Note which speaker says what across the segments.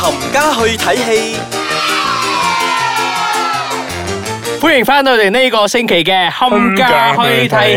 Speaker 1: 冚家去睇戲，
Speaker 2: 欢迎翻到嚟呢个星期嘅冚家去睇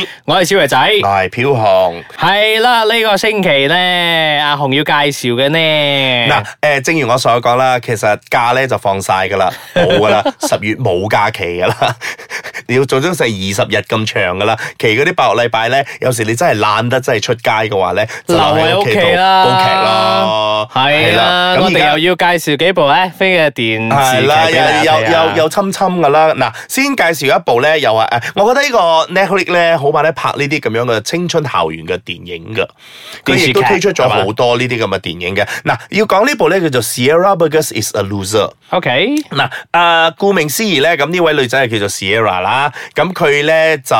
Speaker 2: 戏，我系小肥仔，
Speaker 3: 大飘紅
Speaker 2: 系啦，呢、個个星期咧，阿红要介绍嘅呢，
Speaker 3: 嗱，誒，正如我所講啦，其實假咧就放晒 噶啦，冇噶啦，十月冇假期噶啦， 你要做咗成二十日咁長噶啦，其餘嗰啲八個禮拜咧，有時你真係懶得真係出街嘅話咧，就
Speaker 2: 留喺屋企啦，
Speaker 3: 煲劇咯，
Speaker 2: 系啦，
Speaker 3: 咁
Speaker 2: 我
Speaker 3: 而
Speaker 2: 哋
Speaker 3: 家
Speaker 2: 又要介绍几部咧飛嘅电视
Speaker 3: 係
Speaker 2: 劇
Speaker 3: 啦，
Speaker 2: 俾大家
Speaker 3: 又
Speaker 2: 睇啊
Speaker 3: 又又又侵侵噶啦。嗱，先介紹一部咧，又係誒，我覺得呢個 Netflix 咧，好怕咧拍呢啲咁樣嘅青春校園嘅電影噶。佢
Speaker 2: 電視劇
Speaker 3: 亦都推出咗
Speaker 2: 係嘛
Speaker 3: 好多呢啲咁嘅電影嘅。嗱，要講呢部咧叫做《Sierra Burgess is a Loser》。
Speaker 2: ，OK，
Speaker 3: 嗱，啊，顧名思義咧，咁呢位女仔係叫做 Sierra 啦，咁佢咧就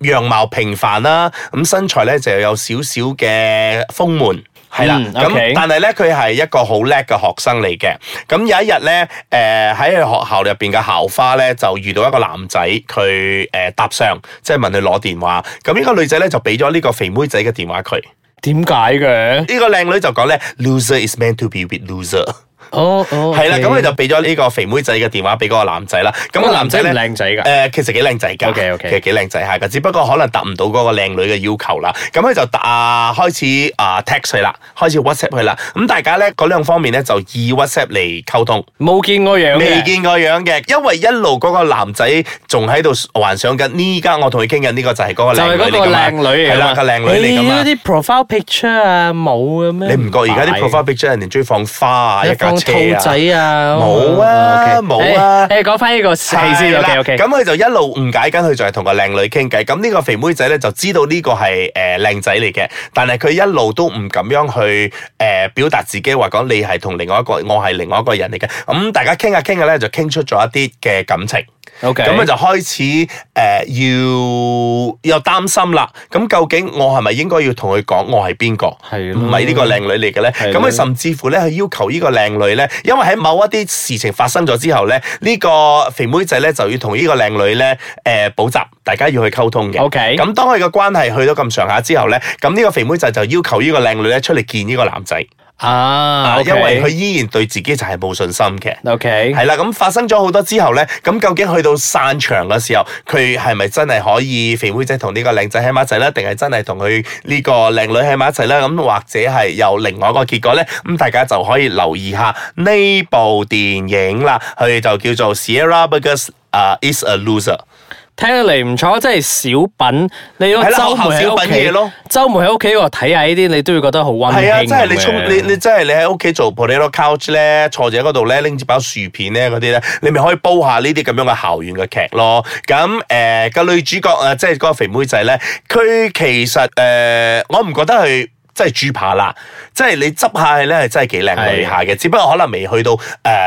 Speaker 3: 樣貌平凡啦，咁身材咧就有少少嘅豐滿。係啦，
Speaker 2: 嗯
Speaker 3: 咁、
Speaker 2: OK
Speaker 3: 但係咧，佢係一個好叻嘅學生嚟嘅。咁有一日咧，誒喺佢學校入邊嘅校花咧，就遇到一個男仔，佢誒、呃搭上，即係問佢攞電話。咁呢個女仔咧就俾咗呢個肥妹仔嘅電話佢。呢、
Speaker 2: 点解嘅？
Speaker 3: 個靚女就講咧，loser is meant to be with loser。
Speaker 2: 哦哦，
Speaker 3: 係啦，咁佢就俾咗呢個肥妹仔嘅電話俾嗰個男仔啦。咁
Speaker 2: 咁個
Speaker 3: 個
Speaker 2: 哦男
Speaker 3: 男
Speaker 2: 仔
Speaker 3: 仔
Speaker 2: 唔
Speaker 3: 咧，
Speaker 2: 靚仔㗎
Speaker 3: 誒、其實幾靚仔㗎。
Speaker 2: OK，OK
Speaker 3: 其實幾靚仔下㗎，只不過可能達唔到嗰個靚女嘅要求啦。咁佢就啊開始啊 text 佢啦，開始 WhatsApp 佢啦。咁大家咧嗰兩方面咧就以 WhatsApp 嚟溝通。
Speaker 2: 冇見過樣嘅，
Speaker 3: 未見過樣嘅，因為一路嗰個男仔仲喺度幻想緊，呢家我同佢傾緊呢個就係嗰個
Speaker 2: 就係
Speaker 3: 靚
Speaker 2: 嗰
Speaker 3: 女嚟
Speaker 2: 個
Speaker 3: 㗎嘛
Speaker 2: 靚女嚟㗎嘛，
Speaker 3: 係啦個靚女嚟㗎嘛
Speaker 2: 咦嗰啲 profile picture 啊冇嘅咩？
Speaker 3: 你唔覺而家啲
Speaker 2: 擺
Speaker 3: profile picture 人哋中意放花啊，一架
Speaker 2: 放
Speaker 3: 車
Speaker 2: 兔仔
Speaker 3: 啊。
Speaker 2: 啊，
Speaker 3: 冇啊
Speaker 2: 哦，OK
Speaker 3: 冇啊
Speaker 2: 誒誒講翻呢個戲
Speaker 3: 係
Speaker 2: 先
Speaker 3: 啦
Speaker 2: ，OK OK。
Speaker 3: 咁佢就一路誤解緊，佢就係同個靚女傾偈。咁呢個肥妹仔咧就知道呢個係誒靚仔嚟嘅，但係佢一路都唔咁樣去誒、呃表達自己，話講你係同另外一個，我係另外一個人嚟嘅。咁、大家傾下傾下咧，就傾出咗一啲嘅感情。
Speaker 2: OK，
Speaker 3: 咁佢就開始誒、呃要又擔心啦。咁究竟我係咪應該要同佢講我係邊個？
Speaker 2: 係咯
Speaker 3: 唔係呢個靚女嚟嘅咧？
Speaker 2: 係
Speaker 3: 咁
Speaker 2: 咯
Speaker 3: 佢甚至乎咧，佢要求呢個靚女咧，因為喺某一啲事情發生咗之後咧，呢、個肥妹仔咧就要同呢個靚女咧誒、呃、補習，大家要去溝通嘅。
Speaker 2: OK
Speaker 3: 咁當佢嘅關係去到咁上下之後咧，咁呢個肥妹仔就要求呢個靚女咧出嚟見呢個男仔，
Speaker 2: 啊
Speaker 3: 啊，
Speaker 2: ，OK，
Speaker 3: 因為佢依然對自己就係冇信心嘅。
Speaker 2: OK
Speaker 3: 係啦，咁發生咗好多之後咧，咁究竟去到散場嘅時候，佢係咪真係可以肥妹仔同呢個靚仔喺埋一齊咧？定係真係同佢呢個靚女喺埋一齊咧？咁或者係有另外一個結果咧？咁大家就可以留意下呢部電影啦，佢就叫做 Sierra Burgess 啊、Is a Loser。
Speaker 2: 聽嚟唔錯，即係小品。你都
Speaker 3: 係啦
Speaker 2: 周末喺
Speaker 3: 學校
Speaker 2: 屋
Speaker 3: 小品嘢
Speaker 2: 企
Speaker 3: 咯，
Speaker 2: 周末喺屋企喎睇下呢啲，你都會覺得好温馨。
Speaker 3: 係啊，真係你沖你你真係你喺屋企做 potato couch 咧，坐住喺嗰度咧，拎住包薯片咧嗰啲咧，你咪可以煲下呢啲咁樣嘅校園嘅劇咯。咁誒個女主角啊，即係嗰個肥妹仔咧，佢其實誒、呃我唔覺得佢。真係豬扒啦，即係你執下佢咧，係真係幾靚女下嘅，只不過可能未去到誒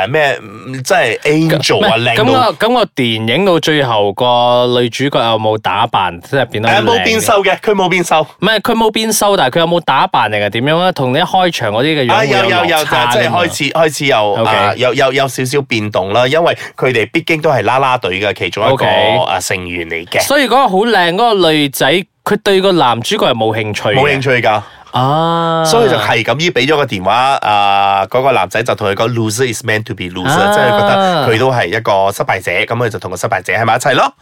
Speaker 3: 咩、即係 angel 啊
Speaker 2: 唔係
Speaker 3: 靚
Speaker 2: 咁
Speaker 3: 到
Speaker 2: 個咁個電影到最後個女主角有冇打扮，即係變得好
Speaker 3: 誒
Speaker 2: 靚
Speaker 3: 冇變
Speaker 2: 嘅。
Speaker 3: 瘦嘅，佢冇變瘦。
Speaker 2: 唔係佢冇變瘦，但係佢有冇打扮定係點樣咧？同你一開場嗰啲嘅樣
Speaker 3: 啊
Speaker 2: 會
Speaker 3: 有有有
Speaker 2: 落
Speaker 3: 就
Speaker 2: 差
Speaker 3: 即係
Speaker 2: 㗎嘛
Speaker 3: 開始開始有
Speaker 2: OK
Speaker 3: 啊有有有少少變動啦，因為佢哋畢竟都係啦啦隊嘅其中一個
Speaker 2: OK
Speaker 3: 啊成員嚟嘅，
Speaker 2: 所以嗰個好靚嗰個女仔，佢對個男主角係冇興趣嘅，
Speaker 3: 冇興趣㗎，
Speaker 2: 啊，
Speaker 3: 所以就係咁依俾咗個電話啊嗰個男仔就同佢講 loser is meant to be loser，
Speaker 2: 啊
Speaker 3: 即係覺得佢都係一個失敗者，咁佢就同個失敗者喺埋一齊咯。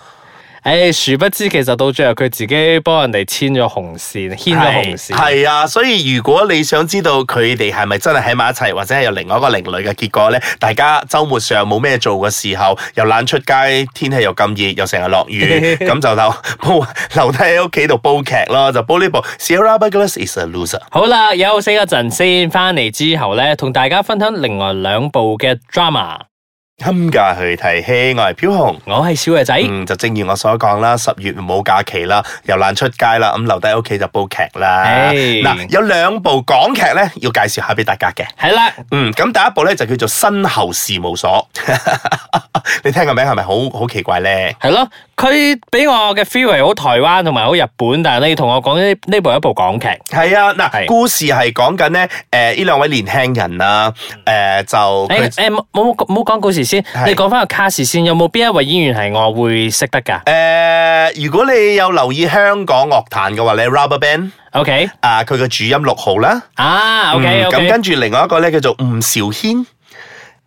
Speaker 2: 誒，殊不知其實到最後佢自己幫人哋牽咗紅線，牽咗紅線，
Speaker 3: 係啊，所以如果你想知道佢哋係咪真係喺埋一齊，或者係有另外一個另類嘅結果咧，大家周末上冇咩做嘅時候，又懶出街，天氣又咁熱，又成日落雨，咁就留 煲留低喺屋企度煲劇咯，就煲呢部《Sierra Burgess Is a Loser》。
Speaker 2: 好啦，休息一陣先，翻嚟之後咧，同大家分享另外兩部嘅 drama。
Speaker 3: 今日去睇戲，我係飄紅。
Speaker 2: 我係小嘅仔，
Speaker 3: 嗯，就正如我所講啦，十月冇假期啦，又懶出街啦，咁留低喺屋企就煲劇啦。
Speaker 2: 唉
Speaker 3: 嗱，有兩部港劇咧，要介紹下俾大家嘅。
Speaker 2: 係啦，
Speaker 3: 嗯，咁第一部咧就叫做身後事務所， 你聽個名係咪好好奇怪咧？
Speaker 2: 係咯，佢俾我嘅 feel 係好台灣同埋好日本，但係你同我講呢呢部係一部港劇，
Speaker 3: 係啊，
Speaker 2: 係
Speaker 3: 嗱，故事係呃講緊咧，誒、呢兩位年輕人啊，誒、就
Speaker 2: 誒
Speaker 3: 佢
Speaker 2: 哎誒冇冇冇講故事先，
Speaker 3: 係
Speaker 2: 你講翻個卡士先，有冇邊一位演員係我會識得㗎
Speaker 3: 誒、呃如果你有留意香港樂壇嘅話咧，Rubberband
Speaker 2: ？OK
Speaker 3: 啊，佢嘅主音六號啦。
Speaker 2: 啊
Speaker 3: 嗯
Speaker 2: ，OK
Speaker 3: 咁
Speaker 2: OK，
Speaker 3: 跟住另外一個咧叫做吳兆軒，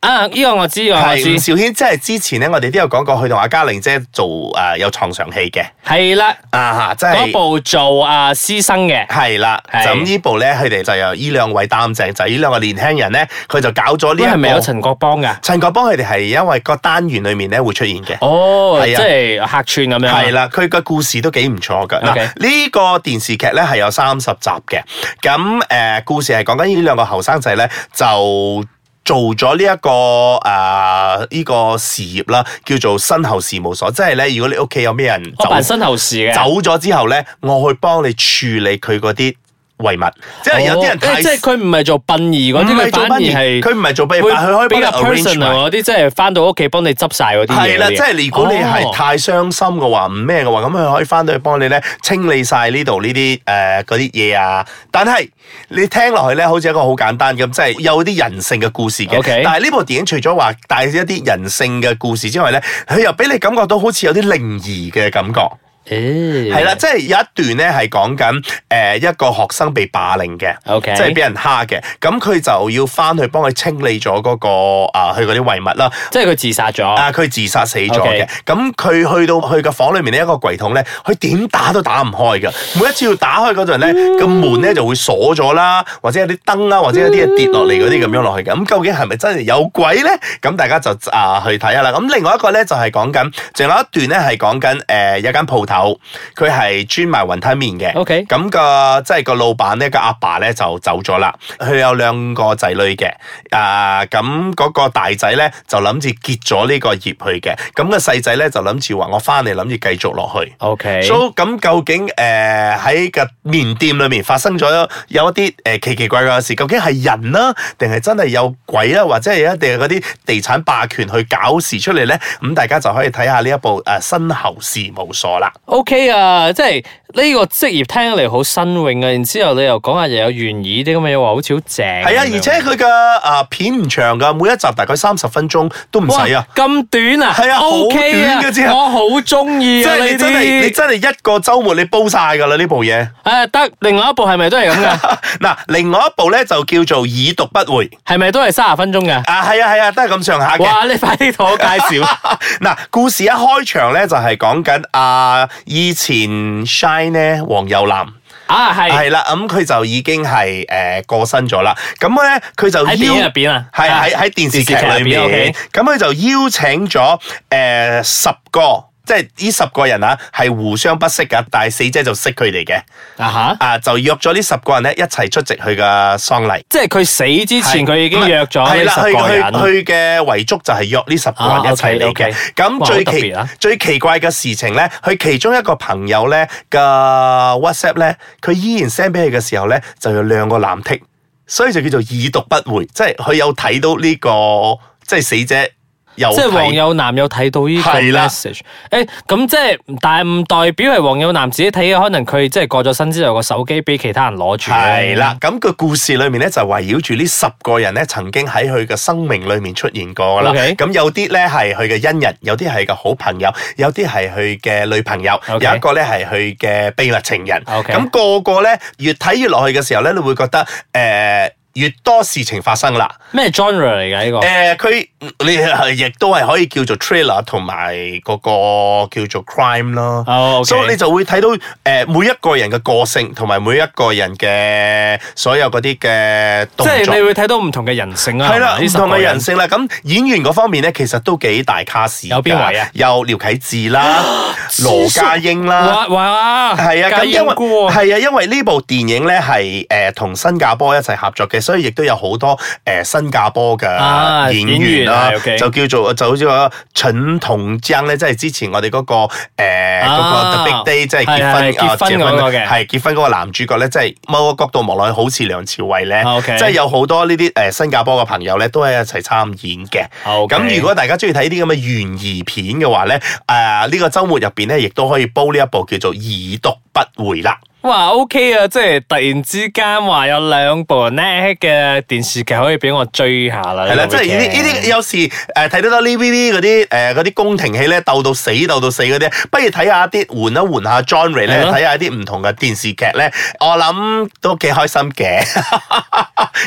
Speaker 2: 啊呢個我知，呢個我
Speaker 3: 係吳嗯
Speaker 2: 知，
Speaker 3: 兆軒，即係之前咧我哋都有講過，佢同阿嘉玲姐做誒、啊有床上戲嘅，
Speaker 2: 係啦，
Speaker 3: 啊嚇，即
Speaker 2: 嗰
Speaker 3: 係。
Speaker 2: 部做啊師生嘅，
Speaker 3: 係啦，
Speaker 2: 係
Speaker 3: 咁呢部咧，佢哋就由呢兩位擔正，就係呢兩個年輕人咧，佢就搞咗呢
Speaker 2: 呢係咪
Speaker 3: 一
Speaker 2: 有
Speaker 3: 個。
Speaker 2: 陳國邦㗎？
Speaker 3: 陳國邦佢哋係因為個單元裏面咧會出現嘅。
Speaker 2: 哦，即
Speaker 3: 係啊
Speaker 2: 係客串咁樣。
Speaker 3: 係啦，佢個故事都幾唔錯噶。嗱
Speaker 2: OK
Speaker 3: 呢個電視劇咧係有三十集嘅，咁誒、呃故事係講緊呢兩個後生仔咧就。做咗呢一個誒呢、個事業啦，叫做身後事務所，即係咧，如果你屋企有咩人
Speaker 2: 我
Speaker 3: 走
Speaker 2: 扮身後事嘅。
Speaker 3: 走咗之後咧，我去幫你處理佢嗰啲遺物，即係有啲人
Speaker 2: 哦
Speaker 3: 太
Speaker 2: 即係佢唔係做殯儀嗰啲，
Speaker 3: 唔
Speaker 2: 佢
Speaker 3: 係做
Speaker 2: 反而
Speaker 3: 殯儀，
Speaker 2: 係
Speaker 3: 佢唔係做殯儀，但佢可
Speaker 2: 比
Speaker 3: 以
Speaker 2: 較
Speaker 3: 幫你 arrange 埋
Speaker 2: personal 嗰啲，即係翻到屋企幫你執晒嗰啲嘢嗰啲。
Speaker 3: 係啦，即係如果你係
Speaker 2: 哦
Speaker 3: 太傷心嘅話，唔咩嘅話，咁佢可以翻到去幫你咧清理晒呢度呢啲誒嗰啲嘢啊。但係你聽落去咧，好似一個好簡單咁，即係有啲人性嘅故事嘅。
Speaker 2: OK
Speaker 3: 但係呢部電影除咗話帶一啲人性嘅故事之外咧，佢又俾你感覺到好似有啲靈異嘅感覺。
Speaker 2: 誒
Speaker 3: 係啦，即係有一段咧係講緊誒一個學生被霸凌嘅。
Speaker 2: ，OK，
Speaker 3: 即係俾人蝦嘅，咁佢就要翻去幫佢清理咗嗰、個啊佢嗰啲遺物啦，
Speaker 2: 即係佢自殺咗。
Speaker 3: 啊！佢自殺死咗
Speaker 2: OK
Speaker 3: 嘅，咁佢去到佢嘅房裏面呢一個櫃桶咧，佢點打都打唔開嘅。每一次要打開嗰陣
Speaker 2: 嗯
Speaker 3: 咧，個門咧就會鎖咗啦，或者有啲燈啊啦，或者有啲嘢跌落嚟嗰啲咁樣落去嘅。咁究竟係咪真係有鬼咧？咁大家就啊去睇下啦。咁另外一個咧就係講緊，仲有一段咧係講緊誒有間鋪頭，佢係專賣雲吞麵嘅。
Speaker 2: OK
Speaker 3: 咁個即係個老闆咧，個阿爸咧就走咗啦。佢有兩個仔女嘅，啊咁嗰個大仔咧就諗住結咗呢個業去嘅，咁個細仔咧就諗住話我翻嚟諗住繼續落去。
Speaker 2: OK，
Speaker 3: So 咁究竟誒喺個麵店裏面發生咗有一啲誒、呃奇奇怪怪嘅事，究竟係人啦、定係真係有鬼啦、或者係一定係嗰啲地產霸權去搞事出嚟咧？咁大家就可以睇下呢一部誒、呃身後事務所啦。
Speaker 2: OK 啊，即係呢個職業聽起嚟好新穎啊，然之後你又講下又有懸疑啲咁嘅嘢，話好似好正咁樣。
Speaker 3: 係啊，而且佢嘅啊片唔長噶，每一集大概三十分鐘都唔使啊。
Speaker 2: 哇，咁短啊，
Speaker 3: 係啊好
Speaker 2: OK 啊
Speaker 3: 短嘅啫
Speaker 2: 我好中意
Speaker 3: 即
Speaker 2: 啊呢
Speaker 3: 係你真係你
Speaker 2: 啲。
Speaker 3: 真係一個週末你煲晒㗎啦呢部嘢。
Speaker 2: 誒得，另外一部係咪都係咁噶？
Speaker 3: 嗱，另外一部咧就叫做已讀不回。
Speaker 2: 係咪都係三十分鐘噶？
Speaker 3: 啊，係啊，係啊，都係咁上下嘅。
Speaker 2: 哇！你快啲同我介紹。
Speaker 3: 嗱，故事一開場咧就係講緊啊，以前 Shine 咧黃又南
Speaker 2: 啊，係
Speaker 3: 係啦，咁佢就已經係誒過身咗啦。咁咧佢就
Speaker 2: 喺電影
Speaker 3: 邀
Speaker 2: 入邊啊，
Speaker 3: 係
Speaker 2: 啊
Speaker 3: 喺喺電視劇
Speaker 2: 電視
Speaker 3: 裏
Speaker 2: 劇入邊
Speaker 3: 面
Speaker 2: ，OK，
Speaker 3: 咁佢就邀請咗誒十個，即係呢十個人啊，係互相不識噶，但係死者就識佢哋嘅，
Speaker 2: 啊吓，
Speaker 3: 啊就約咗呢十個人咧一齊出席佢嘅喪禮。
Speaker 2: 即係佢死之前
Speaker 3: 係
Speaker 2: 佢已經約咗
Speaker 3: 係
Speaker 2: 呢
Speaker 3: 啦，
Speaker 2: 十個
Speaker 3: 佢
Speaker 2: 人。
Speaker 3: 佢佢嘅遺囑就係約呢十個人一齊嚟嘅
Speaker 2: 啊，
Speaker 3: 咁
Speaker 2: 哇
Speaker 3: 最
Speaker 2: 好特
Speaker 3: 奇
Speaker 2: 別啊
Speaker 3: 最奇怪嘅事情咧，佢其中一個朋友咧嘅 WhatsApp 咧，佢依然 send 俾佢嘅時候咧，就有兩個藍剔，所以就叫做已讀不回，即係佢有睇到呢個即係死者有
Speaker 2: 即係黃
Speaker 3: 睇。
Speaker 2: 友南有睇到呢個
Speaker 3: 係啦
Speaker 2: message，誒咁即係，但係唔代表係黃友南自己睇嘅，可能佢即係過咗身之後個手機俾其他人攞住。
Speaker 3: 係啦，，咁個故事裏面咧就圍繞住呢十個人咧，曾經喺佢嘅生命裏面出現過啦。
Speaker 2: OK
Speaker 3: 咁有啲咧係佢嘅恩人，有啲係個好朋友，有啲係佢嘅女朋友
Speaker 2: OK
Speaker 3: 有一個咧係佢嘅秘密情人。咁
Speaker 2: OK
Speaker 3: 個個咧越睇越落去嘅時候咧，你會覺得誒、呃越多事情發生啦。
Speaker 2: 咩 genre 嚟㗎呢個？
Speaker 3: 誒佢、你係亦都係可以叫做 thriller 同埋嗰個叫做 crime 咯。
Speaker 2: 哦，OK
Speaker 3: 所以你就會睇到誒、呃每一個人嘅個性同埋每一個人嘅所有嗰啲嘅動
Speaker 2: 即係你
Speaker 3: 作。
Speaker 2: 會睇到唔同嘅人性啊，
Speaker 3: 係啦，
Speaker 2: 係咪
Speaker 3: 唔
Speaker 2: 呢十
Speaker 3: 同
Speaker 2: 個
Speaker 3: 嘅人性啦。咁演員嗰方面咧，其實都幾大卡士㗎。
Speaker 2: 有邊位啊啊
Speaker 3: 有廖啟智啦，羅家英
Speaker 2: 哇
Speaker 3: 啦。
Speaker 2: 哇，
Speaker 3: 係啊，咁因為
Speaker 2: 為
Speaker 3: 係啊，因為呢部電影咧係誒同新加坡一齊合作嘅，所以亦都有好多誒、呃新加坡嘅
Speaker 2: 啊
Speaker 3: 演員啦，
Speaker 2: 演員係，OK
Speaker 3: 就叫做呃就好似個陳同章咧，即係之前我哋嗰、個誒呃嗰、
Speaker 2: 啊
Speaker 3: 個 The Big Day，即係結
Speaker 2: 係係
Speaker 3: 婚啊
Speaker 2: 結婚嗰個嘅
Speaker 3: 係結婚嗰個男主角咧，即係某個角度望落去好似梁朝偉咧
Speaker 2: 啊，OK
Speaker 3: 即係有好多呢啲誒新加坡嘅朋友咧都係一齊參演嘅。
Speaker 2: OK
Speaker 3: 咁如果大家中意睇啲咁嘅懸疑片啊嘅話咧，誒、呢個週末入邊咧，亦都可以煲呢一部叫做《已讀不回》啦。
Speaker 2: 哇，OK 啊！即係突然之間話有兩部 Netflix 嘅電視劇可以俾我追下啦。
Speaker 3: 係啦，即係呢啲
Speaker 2: 部劇
Speaker 3: 呢啲有時誒睇得多呢 V V 嗰啲誒嗰啲宮廷戲咧，鬥到死鬥到死嗰啲，不如睇下啲換一換下 genre
Speaker 2: 係
Speaker 3: 咧，
Speaker 2: 咯
Speaker 3: 睇下啲唔同嘅電視劇咧，我諗都幾開心 嘅。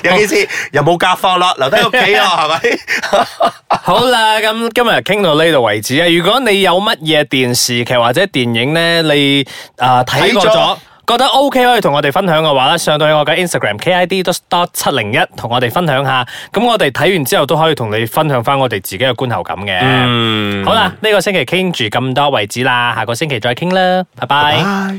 Speaker 3: 尤其是又冇假放咯，留低屋企
Speaker 2: 哦
Speaker 3: 啊，係咪？
Speaker 2: 好啦，咁今日傾到呢度為止啊！如果你有乜嘢電視劇或者電影咧，你啊睇、過
Speaker 3: 睇
Speaker 2: 咗
Speaker 3: 咗。
Speaker 2: 覺得 OK 可以同我哋分享嘅話咧，上到去我嘅 Instagram KID dot 七零一，同我哋分享下。咁我哋睇完之後都可以同你分享翻我哋自己嘅觀後感嘅。
Speaker 3: 嗯
Speaker 2: 好啦，呢、個星期傾住咁多為止啦，下個星期再傾啦，拜拜
Speaker 3: 拜。